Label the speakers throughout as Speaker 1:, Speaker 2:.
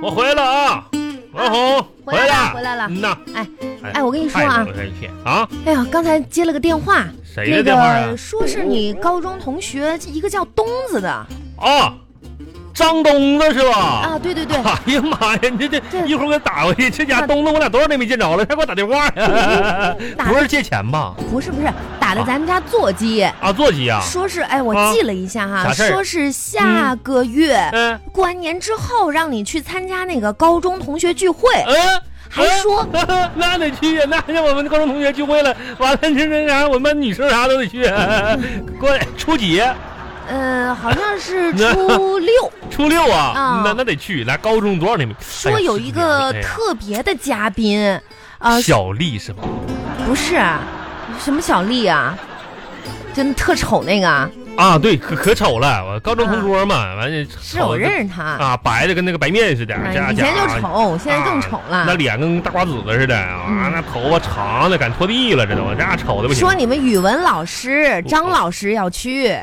Speaker 1: 我回来了啊，王红
Speaker 2: 回来了
Speaker 1: 了，
Speaker 2: 回来了
Speaker 1: 嗯呐，
Speaker 2: 哎，我跟你说
Speaker 1: 太
Speaker 2: 啊
Speaker 1: 牛，了这一片啊，
Speaker 2: 哎呀，刚才接了个电话，
Speaker 1: 谁
Speaker 2: 那
Speaker 1: 的电话啊
Speaker 2: 个？说是你高中同学，一个叫东子的
Speaker 1: 哦，张东子是吧？
Speaker 2: 啊，对对对，
Speaker 1: 哎呀妈呀！你这
Speaker 2: 这
Speaker 1: 这一会儿给我打回去，这家
Speaker 2: 那
Speaker 1: 东子我俩多少年没见着了，还给我打电话呀？
Speaker 2: 嗯打
Speaker 1: 不是借钱吧？
Speaker 2: 不是不是，打的咱们家座机，
Speaker 1: 啊，座机啊？
Speaker 2: 说是哎，我
Speaker 1: 啊
Speaker 2: 记了一下哈，
Speaker 1: 啥事儿
Speaker 2: 说是下个月。
Speaker 1: 嗯
Speaker 2: 过完年之后，让你去参加那个高中同学聚会，
Speaker 1: 嗯，
Speaker 2: 还说
Speaker 1: 嗯 那得去呀，那让我们高中同学聚会了，完了这那啥，我们班女生啥都得去。 过来初几？
Speaker 2: 呃，好像 是初六，
Speaker 1: 初六啊
Speaker 2: 啊？
Speaker 1: 那那得去。来，高中多少年没？哎
Speaker 2: 说
Speaker 1: 呀
Speaker 2: 有一个
Speaker 1: 哎呀
Speaker 2: 特别的嘉宾，啊、
Speaker 1: 小丽是吧？
Speaker 2: 不是啊，什么小丽啊，真的特丑那个啊，
Speaker 1: 啊，对，可可丑了，我高中同桌嘛，完了
Speaker 2: 是
Speaker 1: 丑
Speaker 2: 我
Speaker 1: 得
Speaker 2: 认识她，
Speaker 1: 啊，白的跟那个白面似的，
Speaker 2: 哎
Speaker 1: 这
Speaker 2: 以前
Speaker 1: 家
Speaker 2: 就
Speaker 1: 伙
Speaker 2: 丑，现在更丑
Speaker 1: 啊那
Speaker 2: 了。
Speaker 1: 脸跟大瓜子子似的啊，
Speaker 2: 嗯
Speaker 1: 那头发长的敢拖地了，这都这丑的不行。
Speaker 2: 说你们语文老师张老师要去，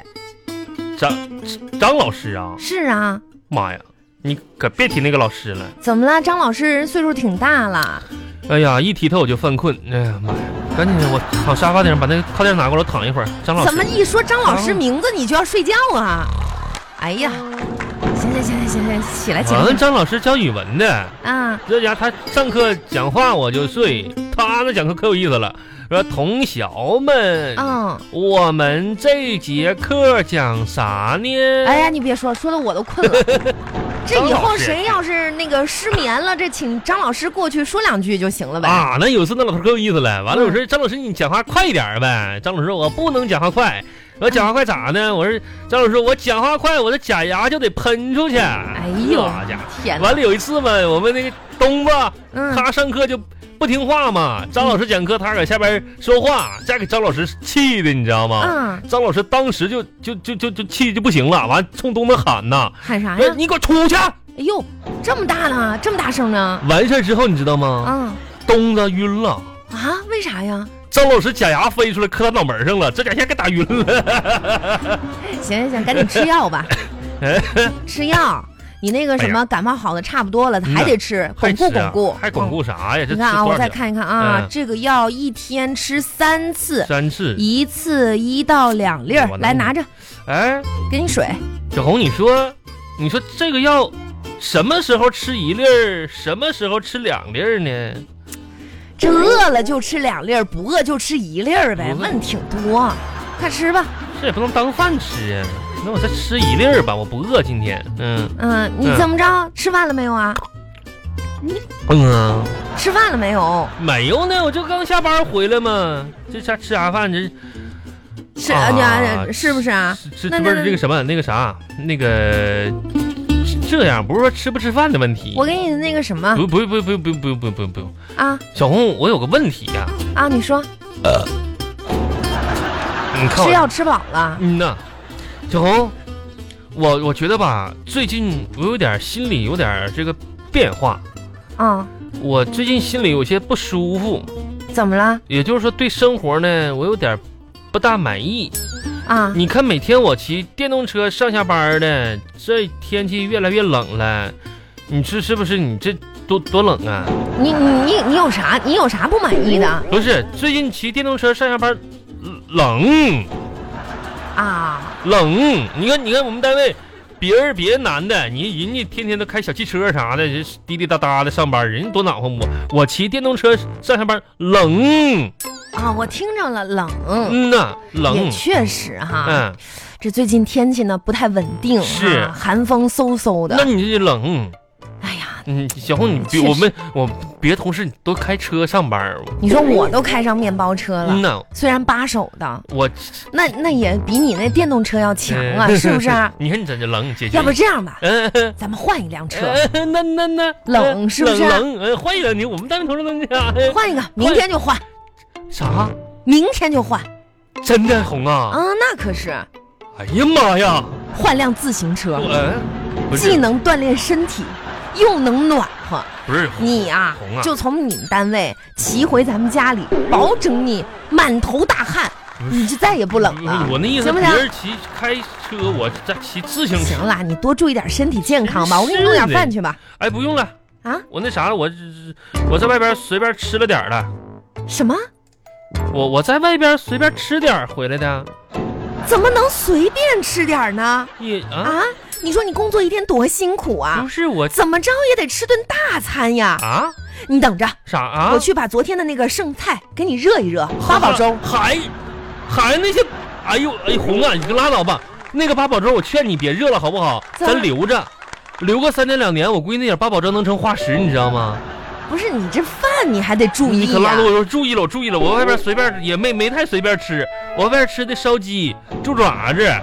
Speaker 1: 张老师啊，
Speaker 2: 是啊，
Speaker 1: 妈呀，你可别提那个老师了。
Speaker 2: 怎么了？张老师人岁数挺大了，
Speaker 1: 哎呀，一提他我就犯困，哎呀妈呀，赶紧我躺沙发顶上把那个靠垫拿过来，我躺一会儿。张老
Speaker 2: 怎么
Speaker 1: 师，
Speaker 2: 一说张老师名字你就要睡觉啊？哎呀，行行行行行行，起来起
Speaker 1: 完了，
Speaker 2: 来
Speaker 1: 啊张老师教语文的，
Speaker 2: 啊！
Speaker 1: 这家他上课讲话我就睡，他那讲课可有意思了，说同学们。
Speaker 2: 嗯，
Speaker 1: 我们这节课讲啥呢？
Speaker 2: 哎呀，你别说，说的我都困 了。这以
Speaker 1: 张老
Speaker 2: 后
Speaker 1: 师
Speaker 2: 谁要是那个失眠了，这请张老师过去说两句就行了呗。
Speaker 1: 啊，那有一次那老头可有意思了，
Speaker 2: 嗯
Speaker 1: 完了我说张老师你讲话快一点儿呗，张老师说我不能讲话快，我讲话快咋呢？我说张老师我讲话快，我的假牙就得喷出去。哎
Speaker 2: 哎呦
Speaker 1: 好家伙！
Speaker 2: 天哪，
Speaker 1: 完了有一次嘛，我们那个东子
Speaker 2: 嗯，
Speaker 1: 他上课就不听话嘛，张老师讲课他搁下边说话，这给张老师气的，你知道吗？
Speaker 2: 嗯，
Speaker 1: 张老师当时就就就就就气就不行了，完冲东子喊呐，
Speaker 2: 喊啥
Speaker 1: 哎
Speaker 2: 呀？
Speaker 1: 你给我出去！
Speaker 2: 哎呦，这么大呢，这么大声呢？
Speaker 1: 完事儿之后你知道吗？
Speaker 2: 啊
Speaker 1: 东子晕了。
Speaker 2: 啊，为啥呀？
Speaker 1: 张老师假牙飞出来磕他脑门上了，这家伙给打晕了。
Speaker 2: 行行行，赶紧吃 药吧，吃药。你那个什
Speaker 1: 哎
Speaker 2: 么感冒好的差不多了，还得吃，
Speaker 1: 还
Speaker 2: 巩
Speaker 1: 吃
Speaker 2: 固
Speaker 1: 啊
Speaker 2: 巩固，
Speaker 1: 还巩固啥呀？
Speaker 2: 嗯。
Speaker 1: 这
Speaker 2: 你看
Speaker 1: 吃
Speaker 2: 啊，
Speaker 1: 多
Speaker 2: 我
Speaker 1: 少
Speaker 2: 再
Speaker 1: 年
Speaker 2: 看一看啊
Speaker 1: 嗯，
Speaker 2: 这个药一天吃三次，
Speaker 1: 三次。
Speaker 2: 一次一到两粒儿
Speaker 1: 我。能
Speaker 2: 来拿着，
Speaker 1: 哎，
Speaker 2: 给你水。
Speaker 1: 小红，你说，你说这个药什么时候吃一粒儿，什么时候吃两粒儿呢？
Speaker 2: 这饿了就吃两粒儿，不饿就吃一粒儿呗，
Speaker 1: 不饿
Speaker 2: 问挺多。快吃吧，
Speaker 1: 这也不能当饭吃啊。那我再吃一粒儿吧，我不饿今天。嗯
Speaker 2: 嗯，你
Speaker 1: 嗯
Speaker 2: 怎么着？吃饭了没有啊？
Speaker 1: 嗯啊，
Speaker 2: 吃饭了没有？
Speaker 1: 没有呢，我就刚下班回来嘛。这下吃啥饭？这
Speaker 2: 是
Speaker 1: 啊
Speaker 2: 啊，是不是啊？
Speaker 1: 吃吃
Speaker 2: 那
Speaker 1: 不
Speaker 2: 那
Speaker 1: 是这
Speaker 2: 那
Speaker 1: 个什么那个啥那个这样，不是说吃不吃饭的问题。
Speaker 2: 我给你那个什么
Speaker 1: 不不不不不不不不不用，
Speaker 2: 啊
Speaker 1: 小红，我有个问题呀、
Speaker 2: 啊，你说
Speaker 1: 你看
Speaker 2: 吃
Speaker 1: 我，
Speaker 2: 药吃饱了，
Speaker 1: 嗯呐，小红，我我觉得吧，最近我有点心里有点这个变化，
Speaker 2: 啊，
Speaker 1: 我最近心里有些不舒服，
Speaker 2: 怎么了
Speaker 1: 也就是说对生活呢，我有点不大满意。
Speaker 2: 啊？
Speaker 1: 你看，每天我骑电动车上下班的，这天气越来越冷了，你说是不是？你这多多冷啊？
Speaker 2: 你你你你有啥？你有啥不满意的
Speaker 1: 不是，最近骑电动车上下班冷。
Speaker 2: 啊？
Speaker 1: 冷，你看，你看我们单位，别人别的男的，你人家天天都开小汽车啥的，人滴滴答答的上班，人家多暖和我，我骑电动车上下班冷，
Speaker 2: 啊，我听着了，冷，
Speaker 1: 嗯呐，冷
Speaker 2: 也，啊确实哈，
Speaker 1: 嗯，
Speaker 2: 这最近天气呢不太稳定，
Speaker 1: 是
Speaker 2: 啊寒风嗖嗖
Speaker 1: 那
Speaker 2: 的。
Speaker 1: 你这冷，
Speaker 2: 哎呀，
Speaker 1: 嗯，小红，你别
Speaker 2: 确实
Speaker 1: 我们我别的同事都开车上班，
Speaker 2: 你说我都开上面包车了
Speaker 1: 嗯。呐，
Speaker 2: 虽然八手的，
Speaker 1: 我
Speaker 2: 那那也比你那电动车要强啊，
Speaker 1: 嗯
Speaker 2: 是不是？
Speaker 1: 你看你在这冷，解决
Speaker 2: 要不这样吧，
Speaker 1: 嗯。嗯
Speaker 2: 咱们换一辆车，
Speaker 1: 嗯那那那
Speaker 2: 冷是不啊是
Speaker 1: 冷冷，呃欢迎你，我们单位同事都那啥，哎
Speaker 2: 换一个，明天就换，
Speaker 1: 啥？
Speaker 2: 明天就换
Speaker 1: 真的红啊！
Speaker 2: 啊！那可是
Speaker 1: 哎呀妈呀！
Speaker 2: 换辆自行车，
Speaker 1: 我不是
Speaker 2: 既能锻炼身体，又能暖和。
Speaker 1: 不是
Speaker 2: 你啊
Speaker 1: 红啊，
Speaker 2: 就从你们单位骑回咱们家里，保证你满头大汗，你就再也不冷了。
Speaker 1: 我那意思，
Speaker 2: 行不
Speaker 1: 别
Speaker 2: 行？
Speaker 1: 人骑开车，我再骑自行
Speaker 2: 行
Speaker 1: 车。
Speaker 2: 了，你多注意点身体健康吧。我给你弄点饭去吧。
Speaker 1: 哎，不用了，
Speaker 2: 啊？
Speaker 1: 我那啥了，我这这我在外边随便吃了点儿了，
Speaker 2: 什么？
Speaker 1: 我我在外边随便吃点儿回来的。
Speaker 2: 怎么能随便吃点儿呢？
Speaker 1: 你啊，
Speaker 2: 啊？你说你工作一天多辛苦啊
Speaker 1: 不，是我
Speaker 2: 怎么着也得吃顿大餐呀。
Speaker 1: 啊
Speaker 2: 你等着，
Speaker 1: 啥啊？
Speaker 2: 我去把昨天的那个剩菜给你热一热，八宝粥。
Speaker 1: 还还那些，哎呦哎红啊，你可拉倒吧。那个八宝粥，我劝你别热了，好不好？
Speaker 2: 咋了
Speaker 1: 咱留着，留个三年两年，我估计那点八宝粥能成化石，你知道吗？
Speaker 2: 不是你这饭你还得注
Speaker 1: 你
Speaker 2: 意
Speaker 1: 可
Speaker 2: 呀、嗯
Speaker 1: 拉着我说注意了，我注意了，我外边随便也没没太随便吃，我外边吃的烧鸡、猪爪子，
Speaker 2: 啊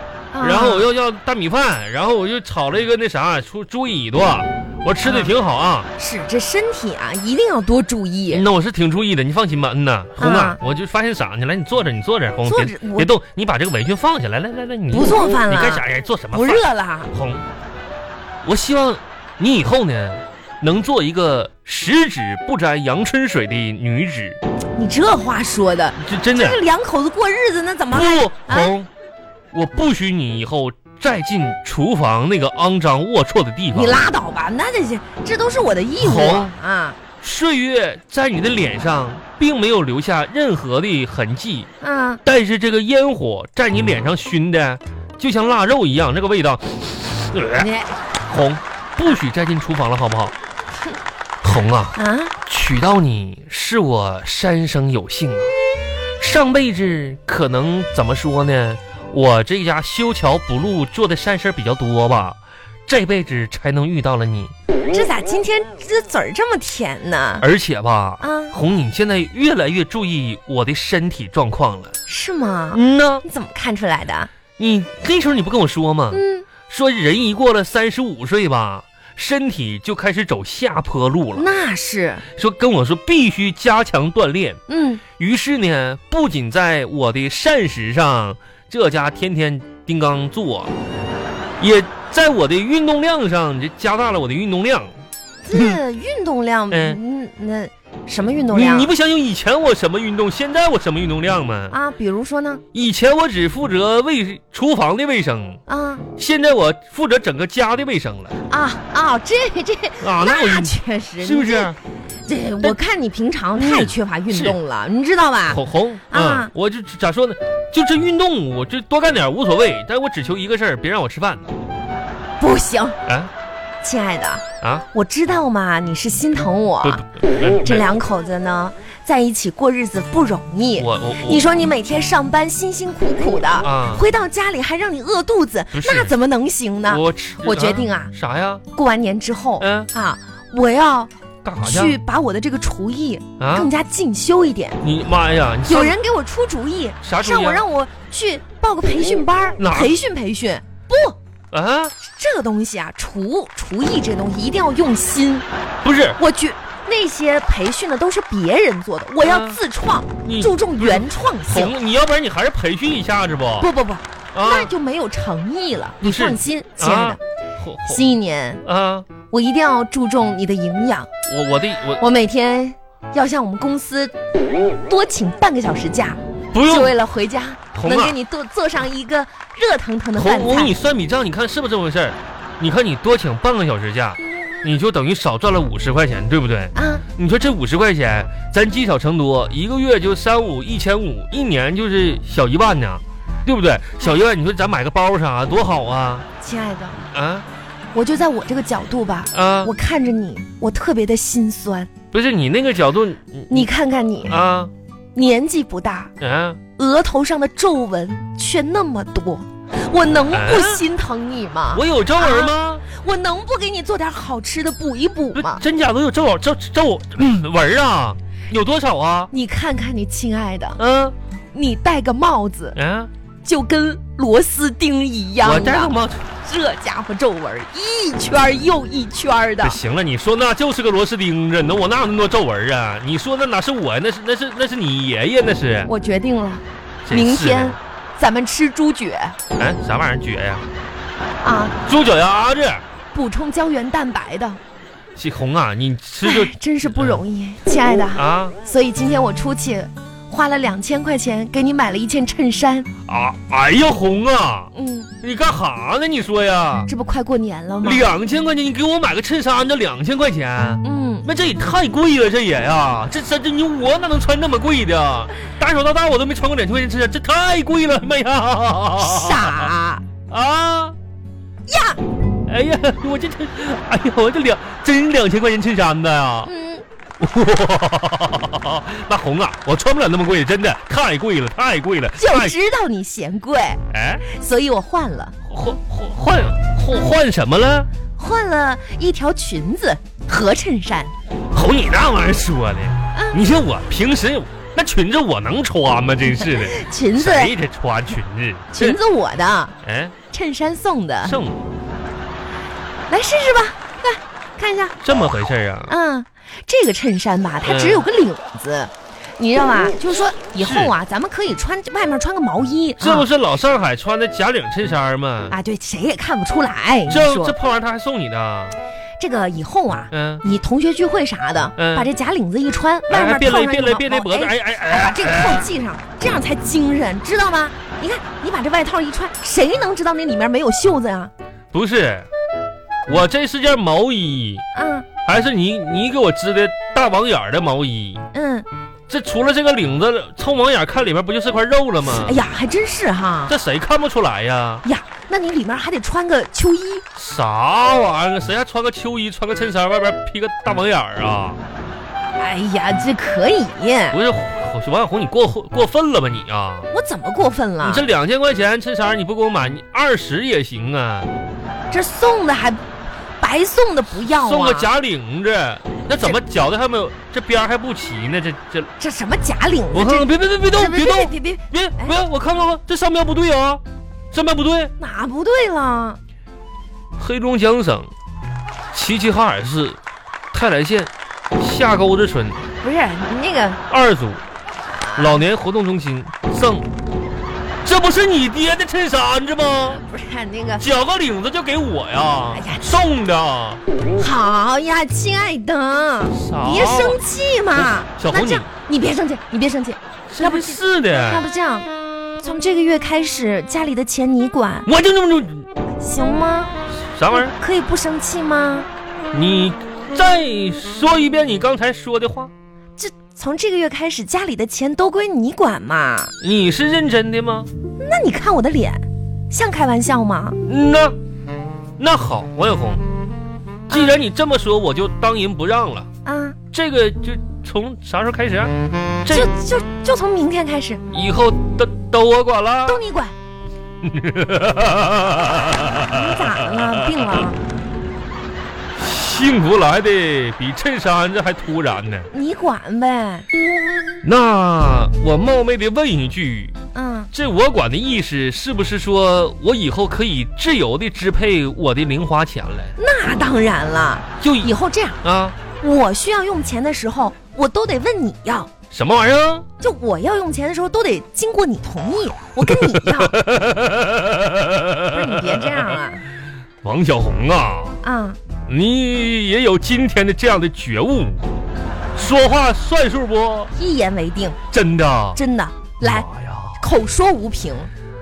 Speaker 1: 然后我又要大米饭，然后我又炒了一个那啥猪猪耳朵，我吃的挺好啊。
Speaker 2: 是这身体啊，一定要多注意。
Speaker 1: 那我是挺注意的，你放心吧。嗯呐，红啊
Speaker 2: 啊，
Speaker 1: 我就发现啥呢？来，你坐着，你坐着，红，
Speaker 2: 坐
Speaker 1: 别
Speaker 2: 着我
Speaker 1: 别动，你把这个围裙放下来。来来来，你
Speaker 2: 不做饭
Speaker 1: 你
Speaker 2: 了
Speaker 1: 干啥呀？做什么
Speaker 2: 不
Speaker 1: 饭？
Speaker 2: 热了，
Speaker 1: 红，我希望你以后呢，能做一个十指不沾阳春水的女子。
Speaker 2: 你这话说的，
Speaker 1: 这真的
Speaker 2: 这两口子过日子那怎么还？
Speaker 1: 不
Speaker 2: 啊
Speaker 1: 红，我不许你以后再进厨房那个肮脏龌龊的地方
Speaker 2: 你。拉倒吧，那这些这都是我的义务
Speaker 1: 红
Speaker 2: 啊
Speaker 1: 岁月在你的脸上并没有留下任何的痕迹。
Speaker 2: 啊！
Speaker 1: 但是这个烟火在你脸上熏的，就像腊肉一样，那个味道，呃
Speaker 2: 你
Speaker 1: 红，不许再进厨房了，好不好？红啊，
Speaker 2: 啊，
Speaker 1: 娶到你是我三生有幸啊！上辈子可能怎么说呢？我这家修桥补路做的善事儿比较多吧，这辈子才能遇到了你。
Speaker 2: 这咋今天这嘴儿这么甜呢？
Speaker 1: 而且吧，
Speaker 2: 啊，
Speaker 1: 红，你现在越来越注意我的身体状况了。
Speaker 2: 是吗？
Speaker 1: 嗯呐，
Speaker 2: 你怎么看出来的？
Speaker 1: 你那时候你不跟我说吗？
Speaker 2: 嗯，
Speaker 1: 说人一过了三十五岁吧，身体就开始走下坡路了。
Speaker 2: 嗯那是，
Speaker 1: 说跟我说必须加强锻炼。
Speaker 2: 嗯，
Speaker 1: 于是呢，不仅在我的膳食上，这家天天叮当做，也在我的运动量上，这加大了我的运动量。
Speaker 2: 这运动量，嗯，那什么运动
Speaker 1: 你
Speaker 2: 量
Speaker 1: 你不相信以前我什么运动，现在我什么运动量吗？
Speaker 2: 啊？比如说呢？
Speaker 1: 以前我只负责卫厨房的卫生，
Speaker 2: 啊
Speaker 1: 现在我负责整个家的卫生了
Speaker 2: 啊啊！这这
Speaker 1: 啊！那我
Speaker 2: 那确实，
Speaker 1: 是不
Speaker 2: 你
Speaker 1: 是？
Speaker 2: 这？这
Speaker 1: 但
Speaker 2: 我看你平常
Speaker 1: 嗯
Speaker 2: 太缺乏运动了，你知道吧？
Speaker 1: 红红
Speaker 2: 啊
Speaker 1: 嗯，我就咋说呢？就这运动，我这多干点无所谓，但我只求一个事儿，别让我吃饭
Speaker 2: 不行，
Speaker 1: 啊
Speaker 2: 亲爱的，
Speaker 1: 啊！
Speaker 2: 我知道嘛，你是心疼我
Speaker 1: 不，不哎不不
Speaker 2: 这两口子呢在一起过日子不容易。
Speaker 1: 我我
Speaker 2: 你说你每天上班辛辛苦苦的，
Speaker 1: 啊
Speaker 2: 回到家里还让你饿肚子
Speaker 1: 不，是
Speaker 2: 那怎么能行呢
Speaker 1: 我？我吃
Speaker 2: 我决定啊
Speaker 1: 啥呀？
Speaker 2: 过完年之后
Speaker 1: 嗯，
Speaker 2: 啊，我要
Speaker 1: 干啥
Speaker 2: 去
Speaker 1: 去
Speaker 2: 把我的这个厨艺
Speaker 1: 啊？
Speaker 2: 更加进修一点。
Speaker 1: 你妈呀！你上
Speaker 2: 有人给我出主意，
Speaker 1: 啥主意啊
Speaker 2: 让我让我去报个培训班儿
Speaker 1: 哪儿
Speaker 2: 培训培训。不，
Speaker 1: 啊？
Speaker 2: 这个东西啊，厨厨艺这东西一定要用心。
Speaker 1: 不是
Speaker 2: 我去，那些培训的都是别人做的，我要
Speaker 1: 啊
Speaker 2: 自创，
Speaker 1: 你
Speaker 2: 注重原创性。
Speaker 1: 红，你要不然你还是培训一下子不？
Speaker 2: 不不不，那
Speaker 1: 啊，
Speaker 2: 就没有诚意了。
Speaker 1: 不
Speaker 2: 你
Speaker 1: 是啊
Speaker 2: 放心，亲爱的，
Speaker 1: 红
Speaker 2: 新一年
Speaker 1: 红啊！
Speaker 2: 我一定要注重你的营养，
Speaker 1: 我我的我
Speaker 2: 我每天要向我们公司多请半个小时假。
Speaker 1: 不
Speaker 2: 就
Speaker 1: 用
Speaker 2: 为了回家
Speaker 1: 红
Speaker 2: 能
Speaker 1: 啊
Speaker 2: 给你做做上一个热腾腾的
Speaker 1: 红，
Speaker 2: 饭
Speaker 1: 我给
Speaker 2: 菜
Speaker 1: 你。算笔账，你看是不是这回事儿？你看你多请半个小时假，你就等于少赚了五十块钱，对不对？
Speaker 2: 啊，
Speaker 1: 你说这五十块钱，咱积少成多，一个月就三五一千五，一年就是小一万呢，对不对？小一万，你说咱买个包啥多好啊
Speaker 2: 亲爱的，
Speaker 1: 啊
Speaker 2: 我就在我这个角度吧，
Speaker 1: 啊！
Speaker 2: 我看着你，我特别的心酸。
Speaker 1: 不是你那个角度，你
Speaker 2: 你看看你，
Speaker 1: 啊
Speaker 2: 年纪不大，
Speaker 1: 啊，
Speaker 2: 额头上的皱纹却那么多，我能不
Speaker 1: 啊
Speaker 2: 心疼你吗？
Speaker 1: 我有皱纹吗？
Speaker 2: 我能不给你做点好吃的补一补
Speaker 1: 不是
Speaker 2: 吗？
Speaker 1: 真假都有皱皱皱嗯纹儿啊，有多少啊？
Speaker 2: 你看看你，亲爱的，
Speaker 1: 嗯
Speaker 2: 你戴个帽子
Speaker 1: 嗯，
Speaker 2: 就跟螺丝钉一样
Speaker 1: 我戴个
Speaker 2: 的，
Speaker 1: 帽子。
Speaker 2: 这家伙皱纹一圈儿又一圈儿
Speaker 1: 这。
Speaker 2: 的
Speaker 1: 哎行了，你说那就是个螺丝钉子，那我哪有那么多皱纹啊？你说那哪是我呀？那是那是那是你爷爷，那是。
Speaker 2: 我决定了，
Speaker 1: 真
Speaker 2: 明
Speaker 1: 是
Speaker 2: 天
Speaker 1: 的
Speaker 2: 咱们吃猪血
Speaker 1: 哎，啥玩意儿撅呀？
Speaker 2: 啊，
Speaker 1: 猪脚丫子。
Speaker 2: 补充胶原蛋白的。
Speaker 1: 这红啊，你吃就
Speaker 2: 哎真是不容易，亲爱的。
Speaker 1: 啊，
Speaker 2: 所以今天我出去花了两千块钱给你买了一件衬衫。
Speaker 1: 啊，哎呀，红啊，
Speaker 2: 嗯，
Speaker 1: 你干哈呢？你说呀，
Speaker 2: 这不快过年了吗？
Speaker 1: 两千块钱，你给我买个衬衫就两千块钱，
Speaker 2: 嗯，
Speaker 1: 那这也太贵了，这也呀，这这这你我哪能穿那么贵的？打小到大我都没穿过两千块钱衬衫，这太贵了，妈呀！
Speaker 2: 傻
Speaker 1: 啊！
Speaker 2: 呀，
Speaker 1: 哎呀，我这这，哎呀，我这两真两千块钱衬衫的呀！
Speaker 2: 嗯，
Speaker 1: 那红啊，我穿不了那么贵，真的太贵了，太贵了，
Speaker 2: 就
Speaker 1: 太
Speaker 2: 知道你嫌贵，
Speaker 1: 哎，
Speaker 2: 所以我换了，
Speaker 1: 换换换换换什么了？
Speaker 2: 换了一条裙子和衬衫。
Speaker 1: 哄你那玩意儿说的，
Speaker 2: 嗯
Speaker 1: 你说我平时那裙子我能穿吗？真是的，
Speaker 2: 裙子，
Speaker 1: 谁得穿裙子？
Speaker 2: 裙子嗯我的，
Speaker 1: 这，哎，
Speaker 2: 衬衫送的，
Speaker 1: 这么
Speaker 2: 来试试吧，来看一下。
Speaker 1: 这么回事儿啊？
Speaker 2: 嗯，这个衬衫吧，它只有个领子，你知道吧？就是说以后啊，咱们可以穿外面穿个毛衣，
Speaker 1: 这不
Speaker 2: 啊
Speaker 1: 是老上海穿的假领衬衫吗？
Speaker 2: 啊，对，谁也看不出来。你
Speaker 1: 这
Speaker 2: 说
Speaker 1: 这破玩意儿他还送你呢？
Speaker 2: 这个以后啊，
Speaker 1: 嗯。
Speaker 2: 你同学聚会啥的，
Speaker 1: 嗯
Speaker 2: 把这假领子一穿，外
Speaker 1: 哎，
Speaker 2: 面
Speaker 1: 别
Speaker 2: 套
Speaker 1: 勒
Speaker 2: 上一
Speaker 1: 别
Speaker 2: 个
Speaker 1: 勒
Speaker 2: 毛
Speaker 1: 别勒脖子，哎哎哎，
Speaker 2: 把这个
Speaker 1: 哎
Speaker 2: 扣系上，这样才精神，知道吗？你看，你把这外套一穿，谁能知道那里面没有袖子呀、
Speaker 1: 不是，我这是件毛衣，
Speaker 2: 啊？
Speaker 1: 还是你你给我织的大网眼儿的毛衣？
Speaker 2: 嗯，
Speaker 1: 这除了这个领子抽网眼看里面不就是块肉了吗？
Speaker 2: 哎呀，还真是哈。
Speaker 1: 这谁看不出来呀？
Speaker 2: 呀，那你里面还得穿个秋衣，
Speaker 1: 啥玩意儿？谁还穿个秋衣，穿个衬衫，外边披个大网眼儿啊？
Speaker 2: 哎呀，这可以，
Speaker 1: 不是，王小红，你过过分了吧你啊？
Speaker 2: 我怎么过分了？
Speaker 1: 你这两千块钱衬衫你不给我买，你二十也行啊，
Speaker 2: 这送的还白送的不要啊？
Speaker 1: 送个假领子，那怎么绞的还没有这边儿还不齐呢？这这，
Speaker 2: 这什么假领
Speaker 1: 我
Speaker 2: 子？
Speaker 1: 看看，别别别别
Speaker 2: 这哎
Speaker 1: 动，别动，
Speaker 2: 别别别，
Speaker 1: 别别，我看看，这商标不对啊，商标不对。
Speaker 2: 哪不对了？
Speaker 1: 黑龙江省齐齐哈尔市泰来县下沟子村
Speaker 2: 不是你那个
Speaker 1: 二组老年活动中心赠，这不是你爹的衬衫子吗？
Speaker 2: 不是那个，
Speaker 1: 绞个领子就给我呀
Speaker 2: 哎呀，
Speaker 1: 送的。
Speaker 2: 好呀，亲爱的，
Speaker 1: 啥
Speaker 2: 别生气嘛。
Speaker 1: 哦小
Speaker 2: 那
Speaker 1: 红哎
Speaker 2: 这样，你别生气，你别生气。要不
Speaker 1: 真是的
Speaker 2: 要不，这样，从这个月开始，家里的钱你管，
Speaker 1: 我就这么就
Speaker 2: 行吗？
Speaker 1: 啥玩意儿？
Speaker 2: 可以不生气吗？
Speaker 1: 你再说一遍你刚才说的话，
Speaker 2: 这从这个月开始，家里的钱都归你管嘛。
Speaker 1: 你是认真的吗？
Speaker 2: 那你看我的脸，像开玩笑吗？
Speaker 1: 那那好，王小红，既然你这么说，我就当仁不让了。
Speaker 2: 啊，
Speaker 1: 这个就从啥时候开始啊？
Speaker 2: 就
Speaker 1: 这
Speaker 2: 就就从明天开始，
Speaker 1: 以后都都我管了。
Speaker 2: 都你管。你咋了？病了？
Speaker 1: 幸福来的比衬衫这还突然呢。
Speaker 2: 你管呗。
Speaker 1: 那我冒昧的问一句，
Speaker 2: 嗯，
Speaker 1: 这我管的意思是不是说我以后可以自由的支配我的零花钱了？
Speaker 2: 那当然了。
Speaker 1: 就
Speaker 2: 以后这样，
Speaker 1: 啊
Speaker 2: 我需要用钱的时候，我都得问你要。
Speaker 1: 什么玩意儿？
Speaker 2: 就我要用钱的时候，都得经过你同意，我跟你 要。不是你别这样啊
Speaker 1: 王小红啊，
Speaker 2: 啊！
Speaker 1: 你也有今天的这样的觉悟，说话算数不？
Speaker 2: 一言为定，
Speaker 1: 真的，
Speaker 2: 真的。来，
Speaker 1: 妈呀，
Speaker 2: 口说无凭，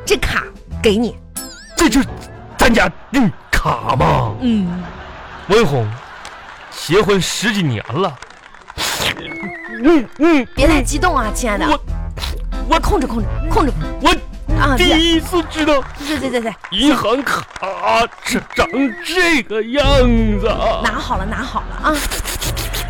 Speaker 2: 这卡给你。
Speaker 1: 这就是咱家嗯卡吗？
Speaker 2: 嗯，
Speaker 1: 文红，结婚十几年了，嗯嗯，
Speaker 2: 别太激动啊，亲爱的。
Speaker 1: 我我嗯
Speaker 2: 控制控制控制控制
Speaker 1: 我
Speaker 2: 啊！
Speaker 1: 第
Speaker 2: 对
Speaker 1: 一次知道
Speaker 2: 对对对对，
Speaker 1: 银行卡长长这个样子
Speaker 2: 拿好了拿好了啊！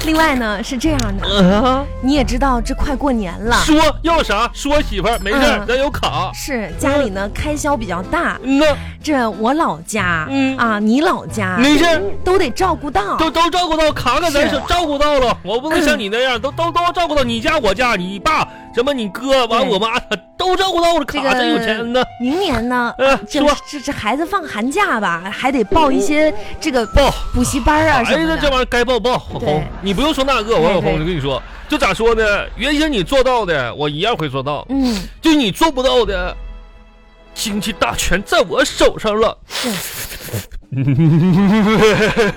Speaker 2: 另外呢是这样的，
Speaker 1: 啊！
Speaker 2: 你也知道这快过年了，
Speaker 1: 说要啥说媳妇儿，没事儿
Speaker 2: 嗯
Speaker 1: 咱有卡。
Speaker 2: 是家里呢开销比较大，
Speaker 1: 那
Speaker 2: 这我老家
Speaker 1: 嗯
Speaker 2: 啊，你老家
Speaker 1: 没事儿，
Speaker 2: 都得照顾到。
Speaker 1: 都都照顾到卡卡咱
Speaker 2: 是啊
Speaker 1: 手照顾到 了，我不能
Speaker 2: 嗯
Speaker 1: 像你那样，都都都照顾到你家我家，你爸什么你哥完
Speaker 2: 对
Speaker 1: 我妈都照顾到了，
Speaker 2: 这
Speaker 1: 卡
Speaker 2: 个
Speaker 1: 真有钱呢。
Speaker 2: 明年呢，
Speaker 1: 嗯，
Speaker 2: 这
Speaker 1: 说
Speaker 2: 这这孩子放寒假吧，还得报一些这个
Speaker 1: 报。
Speaker 2: 补习班啊什
Speaker 1: 哎，
Speaker 2: 么
Speaker 1: 那这
Speaker 2: 的。
Speaker 1: 玩意儿该报报，红
Speaker 2: 对，
Speaker 1: 你不用说那个，王小
Speaker 2: 对
Speaker 1: 红，我跟你说，就咋说呢？原先你做到的，我一样会做到；
Speaker 2: 嗯，
Speaker 1: 就你
Speaker 2: 嗯
Speaker 1: 做不到的，经济大权在我手上了。
Speaker 2: 是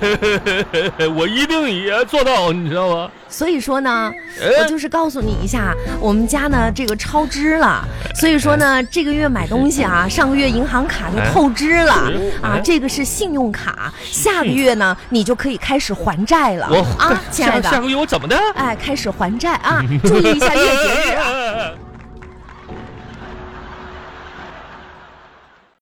Speaker 1: 我一定也做到，你知道吗？
Speaker 2: 所以说呢，我
Speaker 1: 哎，
Speaker 2: 就是告诉你一下，我们家呢这个超支了，所以说呢这个月买东西啊，上个月银行卡就透支了
Speaker 1: 哎
Speaker 2: 啊，这个是信用卡，下个月呢你就可以开始还债了
Speaker 1: 我
Speaker 2: 啊，亲爱
Speaker 1: 哦 下下
Speaker 2: 的，
Speaker 1: 个月我怎么的？
Speaker 2: 哎，开始还债啊，注意一下月结日啊。
Speaker 1: 啊